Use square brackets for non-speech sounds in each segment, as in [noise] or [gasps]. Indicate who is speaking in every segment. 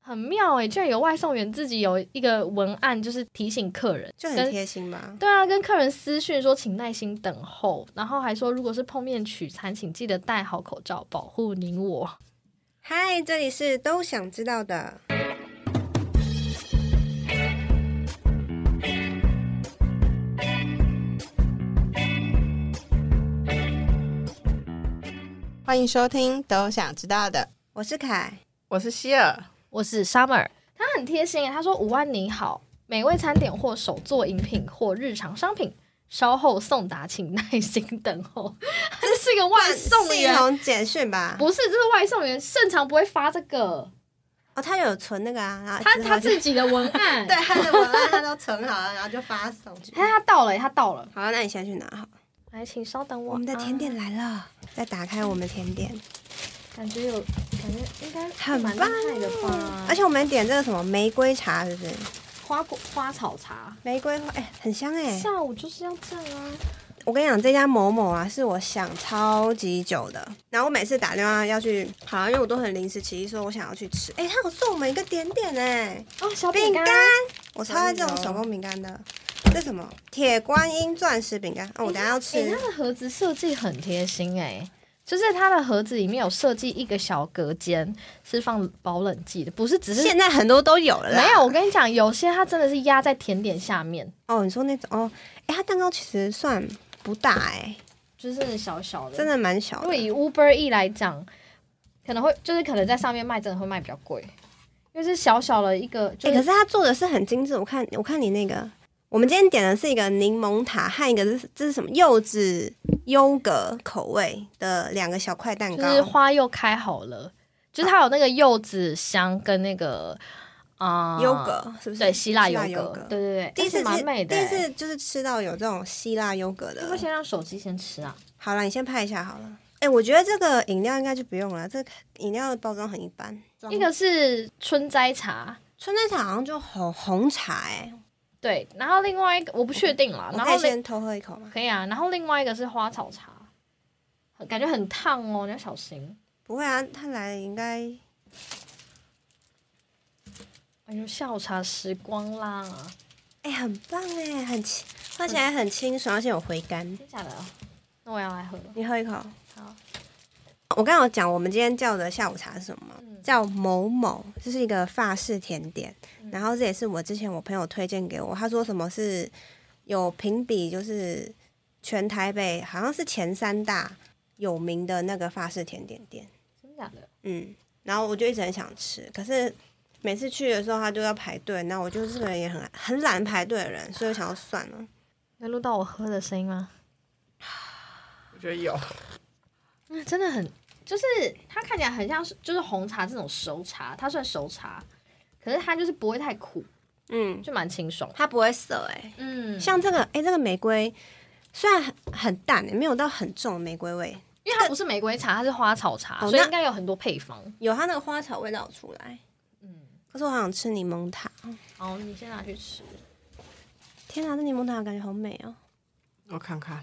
Speaker 1: 很妙哎、居然有外送员自己有一个文案，就是提醒客人，
Speaker 2: 就很
Speaker 1: 跟
Speaker 2: 贴心吧。
Speaker 1: 对啊，跟客人私讯说请耐心等候，然后还说如果是碰面取餐，请记得戴好口罩，保护你我。
Speaker 2: 嗨，这里是都想知道的。
Speaker 3: 欢迎收听《都想知道的》，
Speaker 2: 我是凯，
Speaker 4: 我是希尔，
Speaker 1: 我是 Summer，他很贴心欸，他说五万你好，美味餐点或手作饮品或日常商品。稍后送达，请耐心等候。 [laughs] 这是哦个外送
Speaker 2: 系
Speaker 1: 员，
Speaker 2: 统简讯吧？
Speaker 1: 不是，这是外送员正常不会发这个，
Speaker 2: 哦，他有存那个啊，然后
Speaker 1: 他
Speaker 2: 之后
Speaker 1: 他
Speaker 2: 就 [laughs]
Speaker 1: 自己的文 [laughs] 案。
Speaker 2: 对，他的文案他都存好了，然后就发送去。
Speaker 1: 哎，他到了，他到了。
Speaker 2: 好，那你先去拿好。
Speaker 1: 来，请稍等我。
Speaker 2: 我们的甜点来了，再打开我们的甜点，
Speaker 1: 啊感觉有，感觉应该
Speaker 2: 很
Speaker 1: 蛮厉
Speaker 2: 棒啊
Speaker 1: 害的吧？
Speaker 2: 而且我们点这个什么玫瑰茶，是不是？
Speaker 1: 花果花草茶，
Speaker 2: 玫瑰花，哎、很香哎、
Speaker 1: 下午就是要这样啊。
Speaker 2: 我跟你讲，这家某某啊，是我想超级久的。然后我每次打电话要去，好，因为我都很临时起意，说我想要去吃。哎、他有送我们一个点点哎、
Speaker 1: 哦，小
Speaker 2: 饼
Speaker 1: 饼
Speaker 2: 干
Speaker 1: 干，，
Speaker 2: 我超爱这种手工饼干的。这什么？铁观音钻石饼干？哦，我等一下要吃。
Speaker 1: 哎它的盒子设计很贴心哎、就是它的盒子里面有设计一个小隔间，是放保冷剂的，不是只是
Speaker 2: 现在很多都有了啦。
Speaker 1: 没有。我跟你讲，有些它真的是压在甜点下面，
Speaker 2: 哦，你说那种哦，哎、它蛋糕其实算不大哎、
Speaker 1: 就是小小的，
Speaker 2: 真的蛮小
Speaker 1: 因为
Speaker 2: 的。
Speaker 1: 以 Uber E 来讲，可能会就是可能在上面卖，真的会卖比较贵，因为是小小的一个，就
Speaker 2: 哎、
Speaker 1: 是、
Speaker 2: 可是它做的是很精致。我看，我看你那个，我们今天点的是一个柠檬塔和一个这是这是什么柚子优格口味的两个小块蛋
Speaker 1: 就
Speaker 2: 糕。
Speaker 1: 是花又开好了，就是它有那个柚子香跟那个啊、呃
Speaker 2: 优格是不是？
Speaker 1: 对希腊优
Speaker 2: 优
Speaker 1: 格，对对对，
Speaker 2: 第一
Speaker 1: 但是
Speaker 2: 次
Speaker 1: 蛮
Speaker 2: 吃
Speaker 1: 美，的、
Speaker 2: 第一
Speaker 1: 欸。
Speaker 2: 次就是吃到有这种希腊优格的
Speaker 1: 要。不先让手机先吃啊？
Speaker 2: 好了，你先拍一下好了。哎、我觉得这个饮料应该就不用了，这个饮料的包装很一般。
Speaker 1: 一个是春摘茶，
Speaker 2: 春菜茶好像就红红茶哎、
Speaker 1: 对，然后另外一个我不确定啦，
Speaker 2: 我
Speaker 1: 然
Speaker 2: 可
Speaker 1: 后
Speaker 2: 以
Speaker 1: 另
Speaker 2: 先偷喝一口吗？
Speaker 1: 可以啊，然后另外一个是花草茶，很感觉很烫哦，你要小心。
Speaker 2: 不会啊，他来应该
Speaker 1: 哎呦，下午茶时光啦，
Speaker 2: 哎、很棒哎、很清，喝起来很清爽，而且有回甘。
Speaker 1: 真假的？那我要来喝了。
Speaker 2: 你喝一口。
Speaker 1: 好，
Speaker 2: 我刚刚有讲我们今天叫的下午茶是什么吗？
Speaker 1: 嗯
Speaker 2: 叫某某，这是一个法式甜点。
Speaker 1: 嗯
Speaker 2: 然后这也是我之前我朋友推荐给我，他说什么是有评比，就是全台北好像是前三大有名的那个法式甜点店。
Speaker 1: 真假的？
Speaker 2: 嗯，然后我就一直很想吃，可是每次去的时候他就要排队，那我就是个人也很很懒排队的人，所以我想要算了。
Speaker 1: 有录到我喝的声音吗？
Speaker 4: 我觉得有，
Speaker 1: 嗯，真的很，就是它看起来很像是就是红茶这种熟茶，它算熟茶，可是它就是不会太苦，
Speaker 2: 嗯，
Speaker 1: 就蛮清爽。
Speaker 2: 它不会涩哎、
Speaker 1: 嗯，
Speaker 2: 像这个哎、这个玫瑰虽然很很淡、欸没有到很重的玫瑰味，
Speaker 1: 因为它不是玫瑰茶，它是花草茶，
Speaker 2: 哦
Speaker 1: 所以
Speaker 2: 那
Speaker 1: 应该有很多配方。
Speaker 2: 有它那个花草味道出来。
Speaker 1: 嗯，
Speaker 2: 可是我好想吃柠檬塔，
Speaker 1: 好，你先拿去吃。
Speaker 2: 天啊，这柠檬塔感觉好美哦、
Speaker 4: 我看看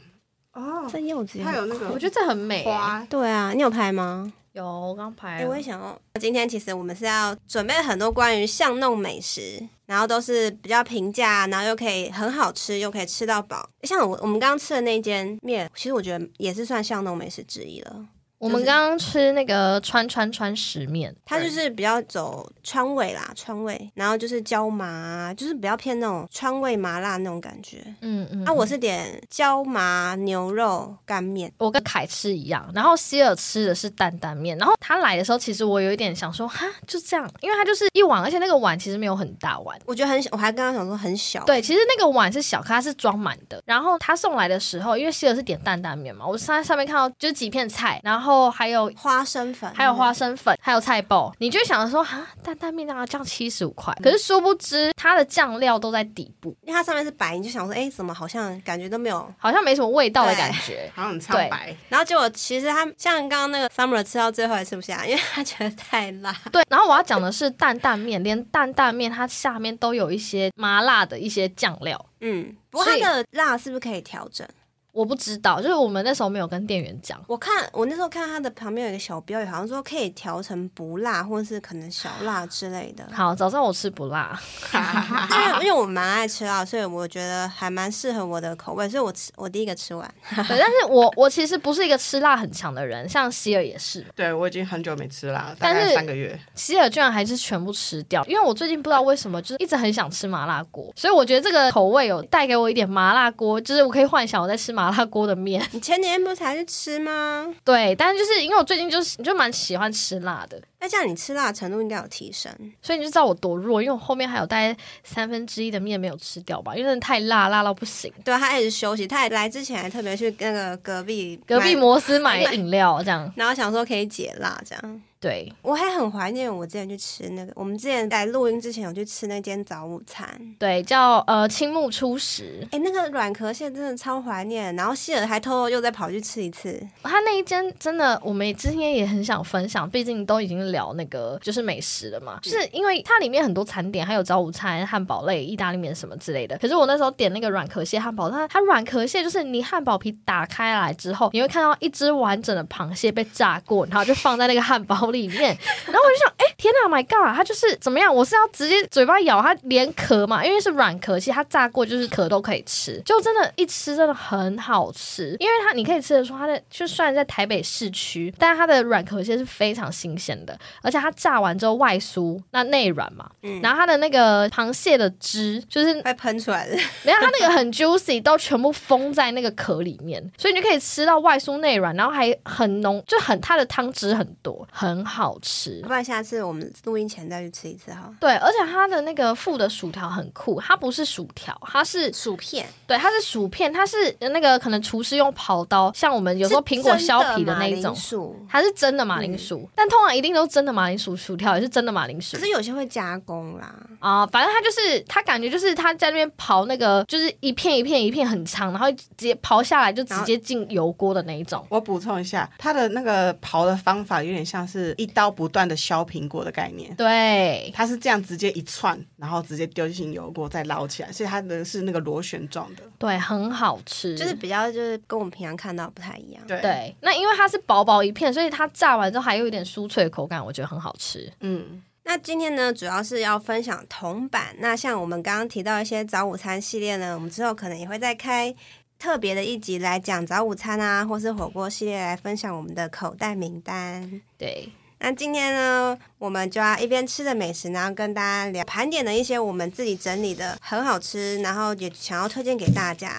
Speaker 4: 哦，
Speaker 2: 这柚子也
Speaker 4: 它有那个，
Speaker 1: 我觉得这很美、欸。
Speaker 4: 花，
Speaker 2: 对啊，你有拍吗？
Speaker 1: 有，我刚拍
Speaker 2: 哎、
Speaker 4: 啊
Speaker 1: 了。
Speaker 2: 我也想要。今天其实我们是要准备很多关于巷弄美食，然后都是比较平价，然后又可以很好吃，又可以吃到饱。像我我们刚刚吃的那间面，其实我觉得也是算巷弄美食之一了。
Speaker 1: 我们刚刚吃那个川川川石面，
Speaker 2: 它就是比较走川味啦，川味，然后就是椒麻，啊就是比较偏那种川味麻辣那种感觉。
Speaker 1: 嗯嗯，
Speaker 2: 啊，我是点椒麻牛肉干面，
Speaker 1: 我跟凯吃一样，然后希尔吃的是担担面，然后他来的时候，其实我有一点想说，哈，就这样，因为他就是一碗，而且那个碗其实没有很大碗。
Speaker 2: 我觉得很小，我还跟他讲说很小，
Speaker 1: 对，其实那个碗是小，可它是装满的。然后他送来的时候，因为希尔是点担担面嘛，我在上面看到就是几片菜，然后还有
Speaker 2: 花生粉，嗯
Speaker 1: 还有花生粉，还有菜包，你就想说啊，担担面那个酱七十五块，可是殊不知它的酱料都在底部，
Speaker 2: 因为它上面是白，你就想说，哎、怎么好像感觉都没有？
Speaker 1: 好像没什么味道的感觉。
Speaker 4: 好像很苍白，
Speaker 2: 然后结果其实它像刚刚那个 Summer 吃到最后也吃不下，因为他觉得太
Speaker 1: [laughs]
Speaker 2: 辣。
Speaker 1: 对，然后我要讲的是担担面，连担担面它下面都有一些麻辣的一些酱料。
Speaker 2: 嗯，不过
Speaker 1: 所
Speaker 2: 它
Speaker 1: 以
Speaker 2: 的辣是不是可以调整？
Speaker 1: 我不知道，就是我们那时候没有跟店员讲。
Speaker 2: 我看我那时候看它的旁边有一个小标语，好像说可以调成不辣，或是可能小辣之类的。
Speaker 1: 好，早上我吃不辣，
Speaker 2: [laughs] 因
Speaker 1: [laughs]
Speaker 2: 为因为我蛮爱吃辣，所以我觉得还蛮适合我的口味，所以我吃我第一个吃完。
Speaker 1: 对，但是我我其实不是一个吃辣很强的人，像希尔也是，
Speaker 4: 对我已经很久没吃辣，大
Speaker 1: 但
Speaker 4: 概
Speaker 1: 是
Speaker 4: 三个月。
Speaker 1: 希尔居然还是全部吃掉，因为我最近不知道为什么，就是一直很想吃麻辣锅，所以我觉得这个口味有带给我一点麻辣锅，就是我可以幻想我在吃麻辣锅的面。 [laughs]
Speaker 2: 你前几天不是才去吃吗？
Speaker 1: 对，但是就是因为我最近就是就蛮喜欢吃辣的，
Speaker 2: 那哎这样你吃辣的程度应该有提升。
Speaker 1: 所以你就知道我多弱，因为我后面还有大概三分之一的面没有吃掉吧，因为真的太辣，辣到不行。
Speaker 2: 对，啊他一直休息，他也来之前还特别去那个隔壁
Speaker 1: 隔壁
Speaker 2: 买，
Speaker 1: 摩斯买饮料这样，
Speaker 2: 然后想说可以解辣这样。
Speaker 1: 对，
Speaker 2: 我还很怀念我之前去吃那个，我们之前在录音之前有去吃那间早午餐。
Speaker 1: 对，叫呃青木初食，
Speaker 2: 哎、那个软壳蟹真的超怀念，然后希尔还偷偷又再跑去吃一次。
Speaker 1: 他那一间真的，我们也之前也很想分享，毕竟都已经聊那个就是美食了嘛，就是因为它里面很多餐点，还有早午餐、汉堡类、意大利面什么之类的。可是我那时候点那个软壳蟹汉堡，它它软壳蟹就是你汉堡皮打开来之后，你会看到一只完整的螃蟹被炸过，然后就放在那个汉堡里面，然后我就想，哎、天哪，My God，它就是怎么样？我是要直接嘴巴咬它，连壳嘛，因为是软壳，其实它炸过就是壳都可以吃，就真的，一吃真的很好吃，因为它你可以吃得出它的，就虽然在台北市区，但是它的软壳蟹是非常新鲜的，而且它炸完之后外酥，那内软嘛，
Speaker 2: 嗯
Speaker 1: 然后它的那个螃蟹的汁就是
Speaker 2: 快喷出来了，
Speaker 1: 然后它那个很 juicy，都全部封在那个壳里面，所以你就可以吃到外酥内软，然后还很浓，就很它的汤汁很多，很好吃
Speaker 2: 要。不然下次我们录音前再去吃一次哈。
Speaker 1: 对，而且它的那个附的薯条很酷，它不是薯条，它是
Speaker 2: 薯片，
Speaker 1: 对，它是薯片，它是那个可能厨师用刨刀，像我们有时候苹果削皮的那一种，
Speaker 2: 薯，嗯
Speaker 1: 它是真的马铃薯，但通常一定都真的马铃薯，薯条也是真的马铃薯
Speaker 2: 可。是有些会加工啦。
Speaker 1: 啊、反正它就是，它感觉就是它在那边刨那个，就是一片一片一片很长，然后直接刨下来就直接进油锅的那一种。
Speaker 4: 我补充一下，它的那个刨的方法有点像是一刀不断的削苹果的概念。
Speaker 1: 对，
Speaker 4: 它是这样直接一串，然后直接丢进油锅，再捞起来，所以它的是那个螺旋状的。
Speaker 1: 对，很好吃，
Speaker 2: 就是比较就是跟我们平常看到不太一样。
Speaker 4: 对，
Speaker 1: 对。那因为它是薄薄一片，所以它炸完之后还有一点酥脆的口感，我觉得很好吃。
Speaker 4: 嗯，
Speaker 2: 那今天呢，主要是要分享铜板。那像我们刚刚提到一些早午餐系列呢，我们之后可能也会再开特别的一集来讲早午餐啊，或是火锅系列来分享我们的口袋名单。
Speaker 1: 对，
Speaker 2: 那今天呢，我们就要一边吃着美食，然后跟大家聊盘点的一些我们自己整理的很好吃，然后也想要推荐给大家。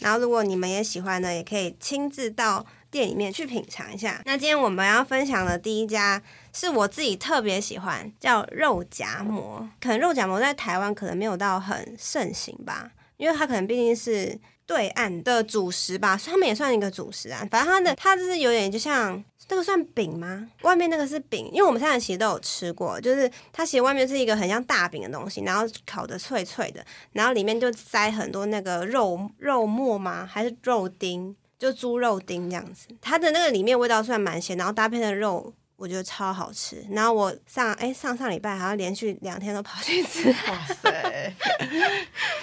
Speaker 2: 然后如果你们也喜欢呢，也可以亲自到店里面去品尝一下。那今天我们要分享的第一家是我自己特别喜欢，叫肉夹馍。可能肉夹馍在台湾可能没有到很盛行吧，因为它可能毕竟是。对岸的主食吧，所以他们也算一个主食啊。反正它的它就是有点就像那个算饼吗？外面那个是饼，因为我们三个其实都有吃过，就是它其实外面是一个很像大饼的东西，然后烤的脆脆的，然后里面就塞很多那个肉肉末吗？还是肉丁？就猪肉丁这样子，它的那个里面味道算蛮咸，然后搭配的肉。我觉得超好吃，然后我上哎、上上礼拜好像连续两天都跑去吃， [laughs]
Speaker 4: 哇塞，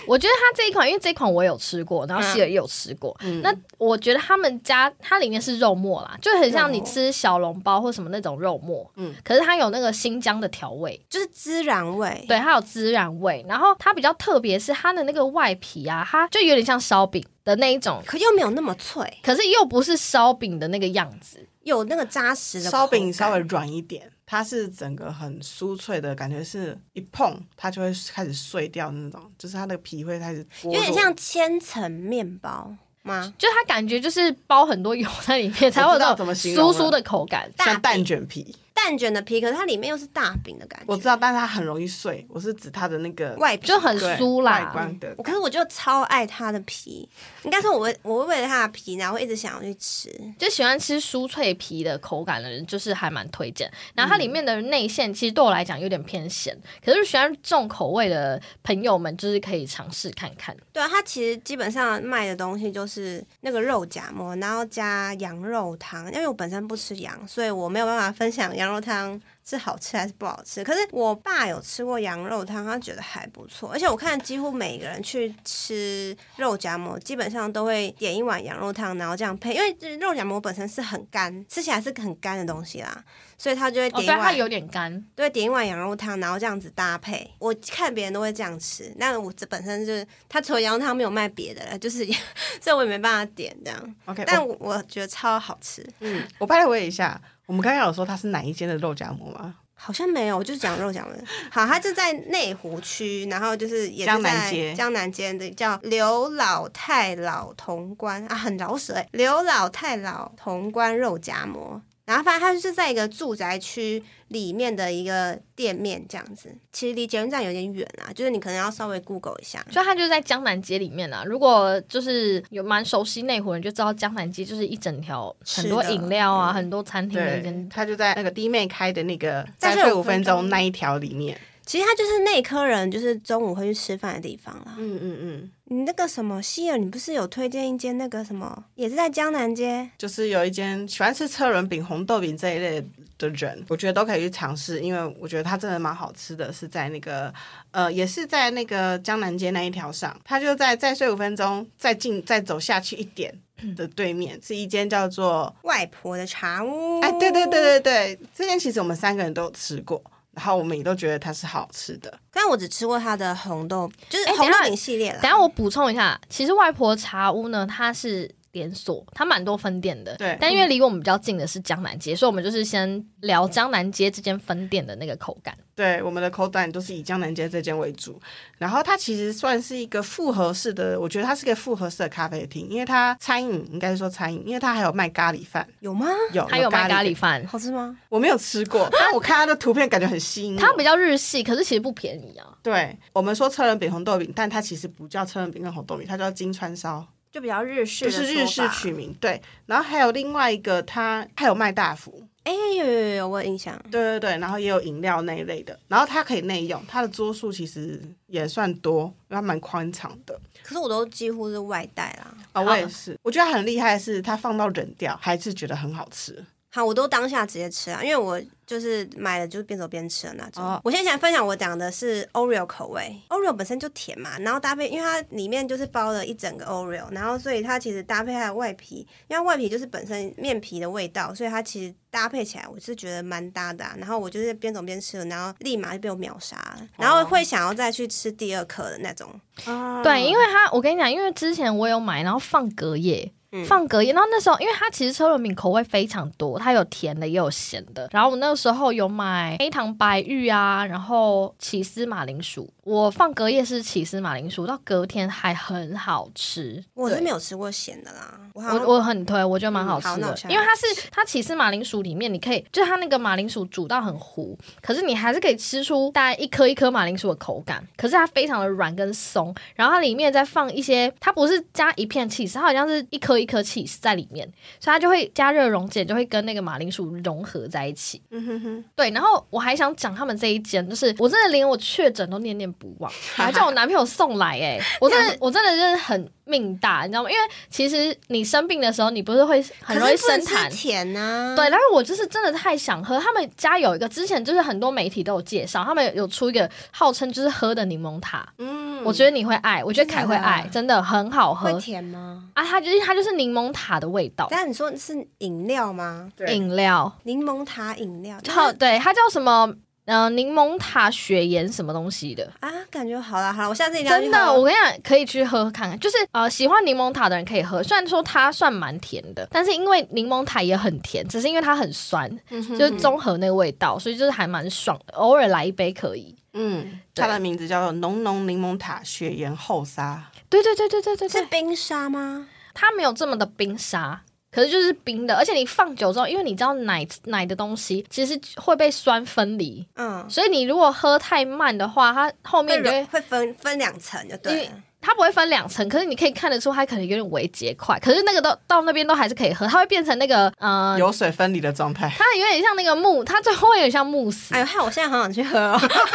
Speaker 1: 我觉得它这一款，因为这一款我有吃过，
Speaker 4: 嗯
Speaker 1: 然后希尔也有吃过。那我觉得他们家它里面是肉末啦，就很像你吃小笼包或什么那种肉末，
Speaker 4: 嗯
Speaker 1: 嗯，可是它有那个新疆的调味，
Speaker 2: 就是孜然
Speaker 4: 嗯
Speaker 2: 味，
Speaker 1: 对，它有孜然味。然后它比较特别是它的那个外皮啊，它就有点像烧饼的那一种，
Speaker 2: 可又没有那么脆，
Speaker 1: 可是又不是烧饼的那个样子。
Speaker 2: 有那个扎实的
Speaker 4: 烧饼
Speaker 2: 口感
Speaker 4: 稍微软一点，它是整个很酥脆的感觉，是一碰它就会开始碎掉那种，就是它的皮会开始剥落
Speaker 2: 有点像千层面包吗？
Speaker 1: 就它感觉就是包很多油在里面，才会有
Speaker 4: 我知
Speaker 1: 那
Speaker 4: 道怎
Speaker 1: 种
Speaker 4: 么形容
Speaker 1: 酥
Speaker 4: 了
Speaker 1: 酥的口感。
Speaker 4: 像蛋卷皮，
Speaker 2: 蛋卷的皮，可是它里面又是大饼的感
Speaker 4: 我知
Speaker 2: 觉，
Speaker 4: 道，但是它很容易碎。我是指它的那个
Speaker 2: 外皮
Speaker 1: 就很
Speaker 4: 对
Speaker 1: 酥啦
Speaker 4: 外观的
Speaker 2: 我可是我就超爱它的皮，应该说我会我会为了它的皮，然后一直想要去吃。
Speaker 1: 就喜欢吃酥脆皮的口感的人，就是还蛮推荐。然后它里面的内馅其实对我来讲有点偏咸，可是喜欢重口味的朋友们，就是可以尝试看看。
Speaker 2: 对啊，它其实基本上卖的东西就是那个肉夹馍，然后加羊肉汤。因为我本身不吃羊，所以我没有办法分享羊羊肉汤是好吃还是不好吃。可是我爸有吃过羊肉汤，他觉得还不错。而且我看几乎每个人去吃肉夹馍，基本上都会点一碗羊肉汤，然后这样配，因为就是肉夹馍本身是很干，吃起来是很干的东西啦，所以他就会
Speaker 1: 哦，
Speaker 2: 点一
Speaker 1: 对，
Speaker 2: 碗，
Speaker 1: 它有点干，
Speaker 2: 对，点一碗羊肉汤，然后这样子搭配。我看别人都会这样吃，那我这本身就是他除了羊肉汤没有卖别的了，就是 [laughs] 所以我也没办法点这样。
Speaker 4: OK，
Speaker 2: 但
Speaker 4: 哎我
Speaker 2: 我我觉得超好吃，
Speaker 4: 嗯，我拜问一下，我们刚刚有说它是哪一间的肉夹馍吗？
Speaker 2: 好像没有，我就是讲肉讲的。好，它就在内湖区，然后就是也
Speaker 4: 江
Speaker 2: 是
Speaker 4: 南
Speaker 2: 在
Speaker 4: 街
Speaker 2: 江南街的叫刘老太老潼关啊，很饶舌哎、刘老太老潼关肉夹馍。然后反正它就是在一个住宅区里面的一个店面这样子，其实离捷运站有点远啊，就是你可能要稍微 Google 一下。
Speaker 1: 所以它就在江南街里面啊。如果就是有蛮熟悉内湖人，就知道江南街就是一整条很多
Speaker 2: 是的嗯
Speaker 1: 饮料啊，很多餐厅的一
Speaker 4: 对
Speaker 1: 间，。
Speaker 4: 它就在那个弟妹开的那个
Speaker 2: 在
Speaker 4: 再
Speaker 2: 这
Speaker 4: 睡
Speaker 2: 五
Speaker 4: 五
Speaker 2: 分
Speaker 4: 分
Speaker 2: 钟
Speaker 4: 钟那一条里面。
Speaker 2: 其实它就是内科人，就是中午会去吃饭的地方啦。
Speaker 4: 嗯嗯嗯，
Speaker 2: 你那个什么希尔，你不是有推荐一间那个什么，也是在江南街？
Speaker 4: 就是有一间喜欢吃车轮饼、红豆饼这一类的人，我觉得都可以去尝试，因为我觉得它真的蛮好吃的。是在那个呃，也是在那个江南街那一条上，它就在再睡五分钟，再进再走下去一点的对面，是一间叫做
Speaker 2: 外婆的茶屋。
Speaker 4: 哎，对对对对对，这间其实我们三个人都有吃过，然后我们也都觉得它是好吃的。
Speaker 2: 但我只吃过它的红豆，就是
Speaker 1: 哎
Speaker 2: 红
Speaker 1: 等一
Speaker 2: 豆
Speaker 1: 下
Speaker 2: 饼系列啦。
Speaker 1: 等一下我补充一下，其实外婆茶屋呢，它是连锁，它蛮多分店的。
Speaker 4: 对
Speaker 1: 但因为离我们比较近的是江南街，所以我们就是先聊江南街这间分店的那个口感。
Speaker 4: 对，我们的口短都是以江南街这间为主，然后它其实算是一个复合式的，我觉得它是个复合式的咖啡厅，因为它餐饮应该说餐饮，因为它还有卖咖喱饭，
Speaker 2: 有吗？
Speaker 4: 有
Speaker 1: 哦它有卖咖喱
Speaker 4: 的，
Speaker 1: 饭，
Speaker 2: 好吃吗？
Speaker 4: 我没有吃过，但我看它的图片感觉很吸引我。
Speaker 1: 它比较日系，可是其实不便宜啊。
Speaker 4: 对我们说车轮饼、红豆饼，但它其实不叫车轮饼跟红豆饼，它叫金川烧，
Speaker 2: 就比较日式
Speaker 4: 就
Speaker 2: 的
Speaker 4: 是日式取
Speaker 2: 区。
Speaker 4: 名。对，然后还有另外一个，它还有卖大福，
Speaker 2: 哎、有有有有，我有印象。
Speaker 4: 对对对，然后也有饮料那一类的，然后它可以内用，它的桌数其实也算多，因为它蛮宽敞的。
Speaker 2: 可是我都几乎是外带啦。
Speaker 1: 好
Speaker 4: 啊，我也是，我觉得很厉害的是它放到冷掉，还是觉得很好吃。
Speaker 2: 好，我都当下直接吃啊，因为我就是买了就是边走边吃的那种。
Speaker 4: 哦
Speaker 2: 我现在想分享我讲的是 Oreo 口味，Oreo 本身就甜嘛，然后搭配，因为它里面就是包了一整个 Oreo，然后所以它其实搭配它的外皮，因为它外皮就是本身面皮的味道，所以它其实搭配起来我是觉得蛮搭的、啊。然后我就是边走边吃了，然后立马就被我秒杀了，然后会想要再去吃第二颗的那种。
Speaker 4: 啊
Speaker 1: 对，因为它我跟你讲，因为之前我有买，然后放隔夜。
Speaker 2: 嗯
Speaker 1: 放隔夜，然后那时候因为它其实车轮饼口味非常多，它有甜的也有咸的。然后我那个时候有买黑糖白玉啊，然后起司马铃薯。我放隔夜是起司马铃薯，到隔天还很好吃。
Speaker 2: 我是
Speaker 1: 对
Speaker 2: 没有吃过咸的啦，我好像
Speaker 1: 我我很推，我觉得蛮好吃
Speaker 2: 嗯好那
Speaker 1: 的，
Speaker 2: 我下来
Speaker 1: 因为它是它起司马铃薯里面，你可以就是它那个马铃薯煮到很糊，可是你还是可以吃出大概一颗一颗马铃薯的口感，可是它非常的软跟松，然后它里面再放一些，它不是加一片 cheese，它好像是一颗一颗 cheese 在里面，所以它就会加热溶解，就会跟那个马铃薯融合在一起。
Speaker 4: 嗯哼哼，
Speaker 1: 对，然后我还想讲他们这一间，就是我真的连我确诊都念念不忘，还叫我男朋友送来哎、我真的我真的是很命大，你知道吗？因为其实你生病的时候，你不是会很容易
Speaker 2: 可是
Speaker 1: 生
Speaker 2: 不能
Speaker 1: 痰
Speaker 2: 吃。甜啊。
Speaker 1: 对，然后我就是真的太想喝。他们家有一个，之前就是很多媒体都有介绍，他们有出一个号称就是喝的柠檬塔，
Speaker 4: 嗯
Speaker 1: 我觉得你会爱，我觉得凯会爱，真的很好喝
Speaker 2: 会甜吗？
Speaker 1: 啊！它就是它就是柠檬塔的味道，
Speaker 2: 但你说是饮料吗？
Speaker 4: 对，
Speaker 1: 饮料。
Speaker 2: 柠檬塔饮料，
Speaker 1: 好，对，它叫什么？呃，柠檬塔雪盐什么东西的？
Speaker 2: 啊，感觉好了好了，我下次一定要去
Speaker 1: 真的，
Speaker 2: 喝
Speaker 1: 我跟你讲，可以去喝喝看看。就是呃，喜欢柠檬塔的人可以喝，虽然说它算蛮甜的，但是因为柠檬塔也很甜，只是因为它很酸，
Speaker 2: 嗯
Speaker 1: 就是综合那个味道，所以就是还蛮爽的。偶尔来一杯可以。
Speaker 4: 嗯，
Speaker 1: 对
Speaker 4: 它的名字叫做浓浓柠檬塔雪盐后沙，
Speaker 1: 对对对对对对
Speaker 2: 是
Speaker 1: 对，
Speaker 2: 冰沙吗？
Speaker 1: 它没有这么的冰沙。可是就是冰的，而且你放久之后，因为你知道奶奶的东西其实会被酸分离，
Speaker 2: 嗯，
Speaker 1: 所以你如果喝太慢的话，它后面
Speaker 2: 会
Speaker 1: 就会
Speaker 2: 融会分分两层就对了。
Speaker 1: 它不会分两层，可是你可以看得出它可能有点微结块，可是那个都到那边都还是可以喝，它会变成那个
Speaker 2: 嗯
Speaker 1: 呃，
Speaker 4: 油水分离的状 [laughs] 态。
Speaker 1: 它有点像那个慕，它最后有点像慕斯。
Speaker 2: 哎呦，害我现在好想去喝哦！
Speaker 1: [laughs]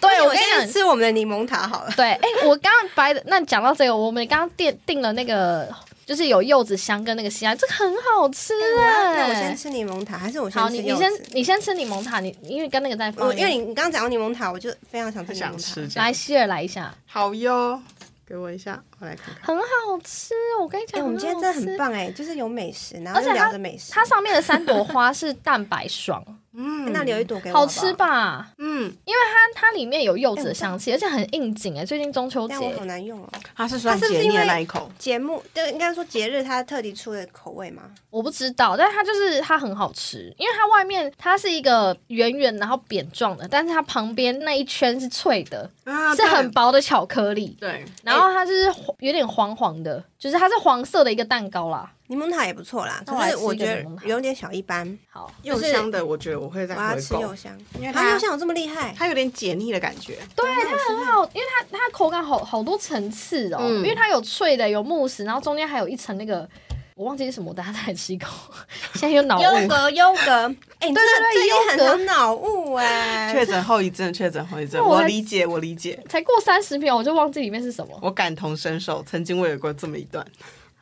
Speaker 1: 对，
Speaker 2: 我
Speaker 1: 跟
Speaker 2: 现在
Speaker 1: 你讲。
Speaker 2: 吃我们的柠檬塔好了。
Speaker 1: 对，哎、我刚刚白的那讲到这个，我们刚刚定定了那个，就是有柚子香跟那个西兰，这个很好吃
Speaker 2: 我要
Speaker 1: 哎、
Speaker 2: 那我先吃柠檬塔，还是我
Speaker 1: 好，
Speaker 2: 先
Speaker 1: 你
Speaker 2: 吃
Speaker 1: 你
Speaker 2: 柚
Speaker 1: 先
Speaker 2: 子？
Speaker 1: 你先吃柠檬塔，你因为跟那个在放
Speaker 2: 我
Speaker 1: 一
Speaker 2: 因
Speaker 1: 样，
Speaker 2: 为你你刚刚讲到柠檬塔，我就非常想吃柠
Speaker 4: 想
Speaker 2: 檬
Speaker 4: 吃
Speaker 2: 塔。
Speaker 4: 这样
Speaker 1: 来，希尔来一下，
Speaker 4: 好哟，给我一下，我来看看。
Speaker 1: 很好吃。我跟你
Speaker 2: 哎、
Speaker 1: 讲，
Speaker 2: 我们今天真的很
Speaker 1: 好吃。
Speaker 2: 棒哎、就是有美食，然
Speaker 1: 哦而
Speaker 2: 后
Speaker 1: 且
Speaker 2: 又聊
Speaker 1: 它
Speaker 2: 着美食。
Speaker 1: 它上面的三朵花是蛋白霜，
Speaker 4: 嗯，
Speaker 2: 哎那留一朵给我
Speaker 1: 好
Speaker 2: 不
Speaker 1: 吃？吧？
Speaker 4: 嗯，
Speaker 1: 但它里面有柚子的香气，而且很应景哎、最近中秋节
Speaker 2: 但我好难用哦。
Speaker 4: 它是算
Speaker 2: 它是不
Speaker 4: 解
Speaker 2: 是因
Speaker 4: 腻的
Speaker 2: 为
Speaker 4: 那一口，
Speaker 2: 节目就应该说节日，它特地出的口味吗？
Speaker 1: 我不知道，但是它就是它很好吃，因为它外面它是一个圆圆然后扁状的，但是它旁边那一圈是脆的，
Speaker 4: 啊
Speaker 1: 是很薄的巧克力，
Speaker 4: 对，
Speaker 1: 然后它就是黄有点黄黄的，就是它是黄色的一个蛋糕啦。
Speaker 2: 柠檬塔也不错啦，
Speaker 1: 那我
Speaker 2: 可
Speaker 1: 来
Speaker 2: 是我
Speaker 1: 吃一个
Speaker 2: 觉得
Speaker 1: 柠檬塔
Speaker 2: 有点小一般。
Speaker 1: 好，
Speaker 4: 柚
Speaker 2: 就是
Speaker 4: 香的，我觉得我会再
Speaker 2: 我要
Speaker 4: 回
Speaker 2: 吃柚
Speaker 4: 购，
Speaker 2: 香，
Speaker 4: 因为
Speaker 2: 啊，
Speaker 4: 它
Speaker 2: 柚香有这么
Speaker 1: [laughs]
Speaker 2: 厉害？
Speaker 4: 它有点解腻的
Speaker 2: [laughs]
Speaker 4: 感觉，
Speaker 1: 对它很好，因为它它口感好好多层次哦，
Speaker 4: 嗯
Speaker 1: 因为它有脆的，有慕斯，然后中间还有一层那个我忘记是什么，我等下再来吃一口， [laughs] 现在有脑雾。
Speaker 2: 优格，优格， [laughs] 哎、你
Speaker 1: 对
Speaker 2: 真的
Speaker 1: 对
Speaker 2: 最近
Speaker 1: 优
Speaker 2: 很
Speaker 1: 格
Speaker 2: 常脑
Speaker 1: [laughs]
Speaker 2: 雾哎，
Speaker 4: 确诊后遗症，确诊后遗症，
Speaker 1: 那我
Speaker 4: 我
Speaker 1: 来
Speaker 4: 理解，我理解，
Speaker 1: 才过三十秒我就忘记里面是什么。
Speaker 4: 我感同身受，曾经我有过这么一段，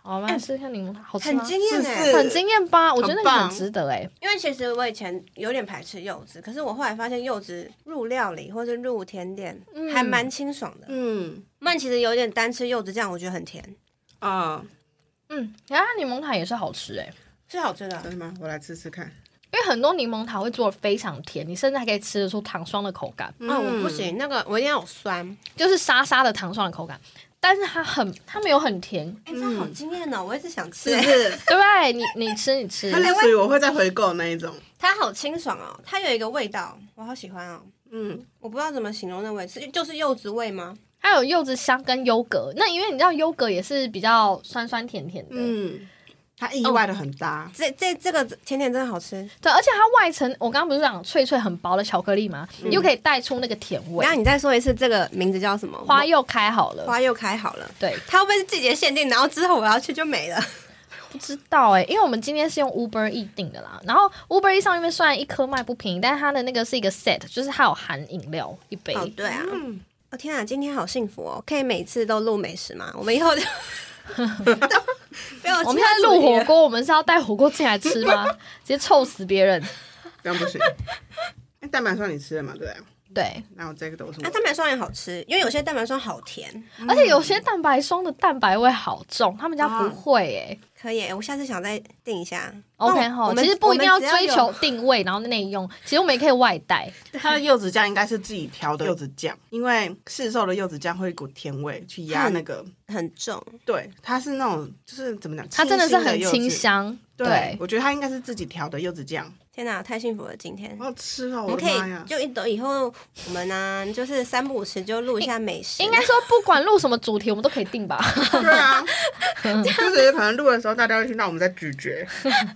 Speaker 1: 好，我们哎来试看柠檬塔，好吃
Speaker 2: 很
Speaker 1: 吗？
Speaker 2: 惊艳
Speaker 4: 是
Speaker 2: 哎、
Speaker 4: 是
Speaker 1: 很惊艳吧？我觉得那个
Speaker 4: 很棒
Speaker 1: 很值得哎、
Speaker 2: 因为其实我以前有点排斥柚子，可是我后来发现柚子入料理或者入甜点、
Speaker 1: 嗯
Speaker 2: 还蛮清爽的。
Speaker 4: 嗯
Speaker 2: 曼其实有点单吃柚子酱，我觉得很甜，
Speaker 4: 啊，
Speaker 1: 嗯，然后它柠檬塔也是好吃哎、
Speaker 2: 是好吃的啊。
Speaker 4: 真的吗？我来试试看，
Speaker 1: 因为很多柠檬塔会做的非常甜，你甚至还可以吃得出糖霜的口感，
Speaker 4: 啊
Speaker 2: 哦，我不行，那个我一定要有酸。
Speaker 1: 就是沙沙的糖霜的口感，但是它很它没有很甜，
Speaker 2: 哎、这好惊艳哦！我一直想吃、
Speaker 4: 是不是？
Speaker 1: 对不对？你你吃你吃
Speaker 4: 它，是属于我会再回购那一种，
Speaker 2: [laughs] 它好清爽哦，它有一个味道，我好喜欢哦。
Speaker 4: 嗯，
Speaker 2: 我不知道怎么形容那味，是就是柚子味吗？
Speaker 1: 还有柚子香跟优格。那因为你知道优格也是比较酸酸甜甜的，
Speaker 4: 嗯，它意外的很搭，
Speaker 2: 这这这个甜点真的好吃。
Speaker 1: 对，而且它外层我刚刚不是讲脆脆很薄的巧克力吗？你又可以带嗯出那个甜味
Speaker 2: 然。后你再说一次，这个名字叫什么？
Speaker 1: 花又开好了，
Speaker 2: 花又开好了。
Speaker 1: 对，
Speaker 2: 它会不会是季节限定？然后之后我要去就没了。
Speaker 1: 不知道哎、因为我们今天是用 Uber E 订的啦，然后 Uber E 上面虽然一颗卖不便宜，但是它的那个是一个 set，就是它有含饮料一杯。
Speaker 2: 哦，对啊。
Speaker 4: 嗯
Speaker 2: 哦天啊，今天好幸福哦！可以每次都录美食吗？我们以后就被我
Speaker 1: 我们现在录火锅，我们是要带火锅进来吃
Speaker 2: [laughs]
Speaker 1: 吗？直接臭死别人。
Speaker 4: 这样不行。哎，蛋白霜你吃了嘛？对不对，
Speaker 1: 对，
Speaker 4: 那我这个都是
Speaker 2: 啊，
Speaker 4: 我
Speaker 2: 蛋白霜也好吃，因为有些蛋白霜好甜。
Speaker 1: 而且有些蛋白霜的蛋白味好重，他们家不会哎、
Speaker 2: 可以，我下次想再订一下。
Speaker 1: OK
Speaker 2: 那我
Speaker 1: 哈，
Speaker 2: 哦我们
Speaker 1: 其实不一定要
Speaker 2: 我们只
Speaker 1: 追
Speaker 2: 有
Speaker 1: 求定位，然后内用，其实我们也可以外带。
Speaker 4: [laughs] 它的柚子酱应该是自己调的柚子酱，因为市售的柚子酱会有一股甜味去压那个。
Speaker 2: 很重，
Speaker 4: 对，它是那种就是怎么讲，
Speaker 1: 它真的是很
Speaker 4: 清新的柚
Speaker 1: 清
Speaker 4: 子。
Speaker 1: 香，
Speaker 4: 对
Speaker 1: 对，
Speaker 4: 我觉得它应该是自己调的柚子酱，
Speaker 2: 天哪，太幸福了！今天
Speaker 4: 好好吃
Speaker 2: 我
Speaker 4: 哦！我
Speaker 2: 们
Speaker 4: 的
Speaker 2: 可
Speaker 4: 妈呀
Speaker 2: 以！就一等以后我们呢、啊就是三不五时就录一下美食，
Speaker 1: 应该说不管录什么主题，我们都可以定吧。
Speaker 4: [laughs] 对
Speaker 1: [laughs]
Speaker 4: 啊，就是可能录的时候大家会听到我们在咀嚼。
Speaker 2: [laughs]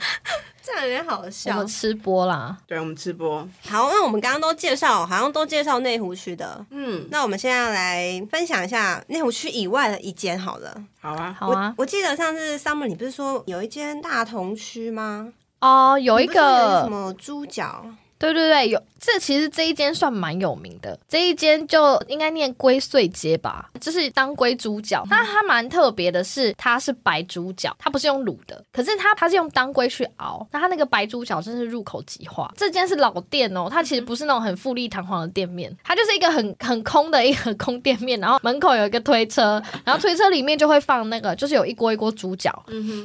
Speaker 2: 这样有点好
Speaker 1: 我
Speaker 2: 笑
Speaker 1: 们。吃播啦，
Speaker 4: 对，我们吃播，
Speaker 2: 好，那我们刚刚都介绍，好像都介绍内湖区的。
Speaker 4: 嗯，
Speaker 2: 那我们现在来分享一下内湖区以外的一间好了。
Speaker 4: 好啊，
Speaker 1: 好啊。
Speaker 2: 我我记得上次 Summer 你不是说有一间大同区吗？
Speaker 1: 哦，有一
Speaker 2: 你不是说有什
Speaker 1: 个，
Speaker 2: 么猪脚，
Speaker 1: 对对对，有这其实这一间算蛮有名的，这一间就应该念龟碎街吧，就是当归猪脚。那它蛮特别的是，它是白猪脚，它不是用卤的，可是它它是用当归去熬，那它那个白猪脚真是入口即化。这间是老店哦，它其实不是那种很富丽堂皇的店面，它就是一个很很空的一个空店面，然后门口有一个推车，然后推车里面就会放那个，就是有一锅一锅猪脚，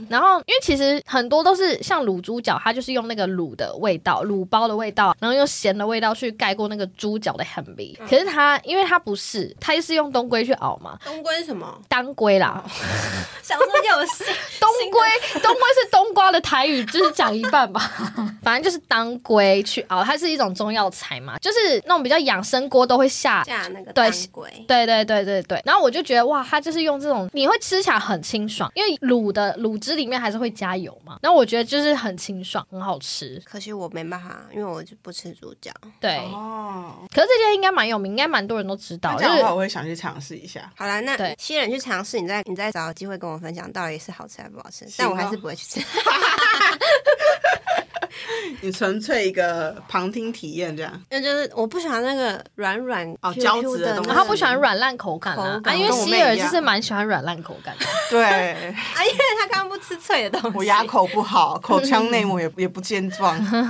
Speaker 1: 然后，因为其实很多都是像卤猪脚，它就是用那个卤的味道、卤包的味道，然后用咸的味道去盖过那个猪脚的很味。可是它，因为它不是，它就是用冬归去熬嘛，
Speaker 2: 冬瓜是什么？
Speaker 1: 当归啦，
Speaker 2: 想说有戏，
Speaker 1: 冬归，冬归是冬瓜的台语，就是讲一半吧。反正就是当归去熬，它是一种中药材嘛，就是那种比较养生锅都会下
Speaker 2: 架那个
Speaker 1: 对
Speaker 2: 当归，
Speaker 1: 对对对对对，然后我就觉得哇，它就是用这种，你会吃起来很清爽，因为卤的卤汁里面还是会加油嘛。然后我觉得就是很清爽，很好吃。
Speaker 2: 可惜我没办法，因为我就不吃猪脚。
Speaker 1: 对，
Speaker 4: 哦，
Speaker 1: 可是这间应该蛮有名，应该蛮多人都知道。
Speaker 4: 那这
Speaker 1: 就是
Speaker 4: 样的话我会想去尝试一下。
Speaker 2: 好啦，那
Speaker 1: 对
Speaker 2: 新人去尝试，你再你再找机会啊 [laughs] 跟我分享到底是好吃还不好吃，
Speaker 4: 行
Speaker 2: 但我
Speaker 4: 哦
Speaker 2: 还是不会去吃。
Speaker 4: 你纯粹一个旁听体验这样。
Speaker 2: 那就是我不喜欢那个软软
Speaker 4: 哦
Speaker 2: Q
Speaker 4: 胶
Speaker 2: Q
Speaker 4: 质的东西
Speaker 1: 然后不喜欢软烂口感啊
Speaker 2: 口，
Speaker 1: 啊，
Speaker 2: 感
Speaker 1: 因为
Speaker 4: 跟我
Speaker 1: 希
Speaker 4: 妹
Speaker 1: 尔
Speaker 4: 一
Speaker 1: 就
Speaker 4: 样
Speaker 1: 是蛮喜欢软烂口感的。
Speaker 2: [laughs]
Speaker 4: 对，
Speaker 2: 啊，因为他刚刚不吃脆的东西。
Speaker 4: 我牙口不好，口腔内膜也也不健壮。
Speaker 2: [laughs]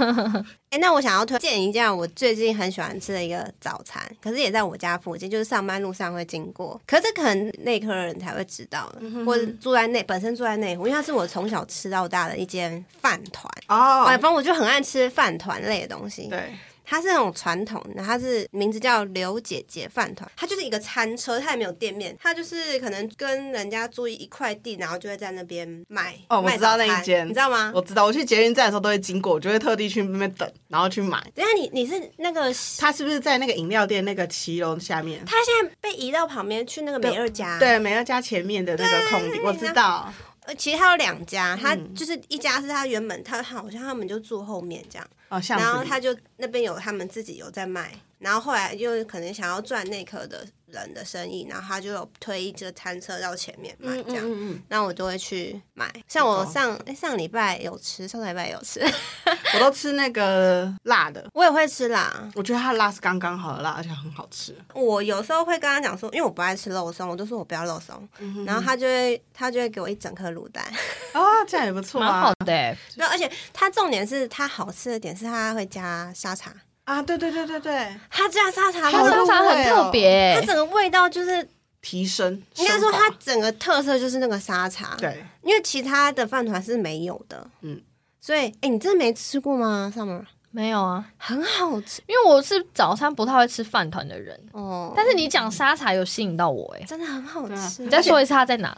Speaker 2: 哎、那我想要推荐一下我最近很喜欢吃的一个早餐，可是也在我家附近，就是上班路上会经过。可是这可能内科人才会知道的，或者住在内本身住在内湖，因为它是我从小吃到大的一间饭团。
Speaker 4: 哦
Speaker 2: 哎，反正我就很爱吃饭团类的东西。
Speaker 4: 对，
Speaker 2: 它是那种传统的，它是名字叫刘姐姐饭团，它就是一个餐车，它也没有店面，它就是可能跟人家租一块地，然后就会在那边卖。
Speaker 4: 哦我
Speaker 2: 卖
Speaker 4: 知道
Speaker 2: 早餐
Speaker 4: 那一间
Speaker 2: 你知道吗？
Speaker 4: 我知道，我去捷运站的时候都会经过，我就会特地去那边等，然后去买。
Speaker 2: 等一下你你是那个
Speaker 4: 它是不是在那个饮料店那个骑楼下面？
Speaker 2: 他现在被移到旁边去那个美二家，，
Speaker 4: 对，美乐家前面的那个空地，我知道。
Speaker 2: 呃，其实他有两家，他
Speaker 4: 嗯
Speaker 2: 就是一家是他原本他好像他们就住后面这样，
Speaker 4: 哦，巷
Speaker 2: 然后
Speaker 4: 子里
Speaker 2: 他就那边有他们自己有在卖，然后后来又可能想要赚内科的人的生意，然后他就有推一个餐车到前面卖
Speaker 4: 嗯
Speaker 2: 这样。
Speaker 4: 嗯嗯
Speaker 2: 那我就会去买，像我
Speaker 4: 懂
Speaker 2: 上诶上礼拜有吃，上礼拜有吃， [laughs]
Speaker 4: 嗯，我都吃那个辣的，
Speaker 2: 我也会吃啦。
Speaker 4: 我觉得它的辣是刚刚好的辣，而且很好吃。
Speaker 2: 我有时候会跟他讲说，因为我不爱吃肉松，我就说我不要肉松，
Speaker 4: 嗯
Speaker 2: 然后他就会他就会给我一整颗卤
Speaker 4: [laughs]
Speaker 2: 蛋。
Speaker 4: 啊，这样也不错
Speaker 1: 蛮
Speaker 4: 啊
Speaker 1: 好。的欸、
Speaker 2: 对，而且它重点是它好吃的点是它会加沙茶，
Speaker 4: 啊，对对对对对，
Speaker 2: 它加沙茶，
Speaker 1: 它
Speaker 4: 好
Speaker 1: 沙
Speaker 4: 入
Speaker 1: 茶很
Speaker 4: 味哦
Speaker 1: 特别欸、
Speaker 2: 它整个味道就是，
Speaker 4: 提升。
Speaker 2: 应该说它
Speaker 4: 升华
Speaker 2: 整个特色就是那个沙茶，，
Speaker 4: 对，
Speaker 2: 因为其他的饭团是没有的，嗯
Speaker 4: 嗯，
Speaker 2: 所以，哎、你真的没吃过吗，Summer？
Speaker 1: 没有啊，
Speaker 2: 很好吃
Speaker 1: 因为我是早餐不太会吃饭团的人，
Speaker 2: 哦，
Speaker 1: 但是你讲沙茶有吸引到我哎、
Speaker 2: 真的很好
Speaker 4: 对啊
Speaker 2: 吃
Speaker 1: 你。再说一次它在哪？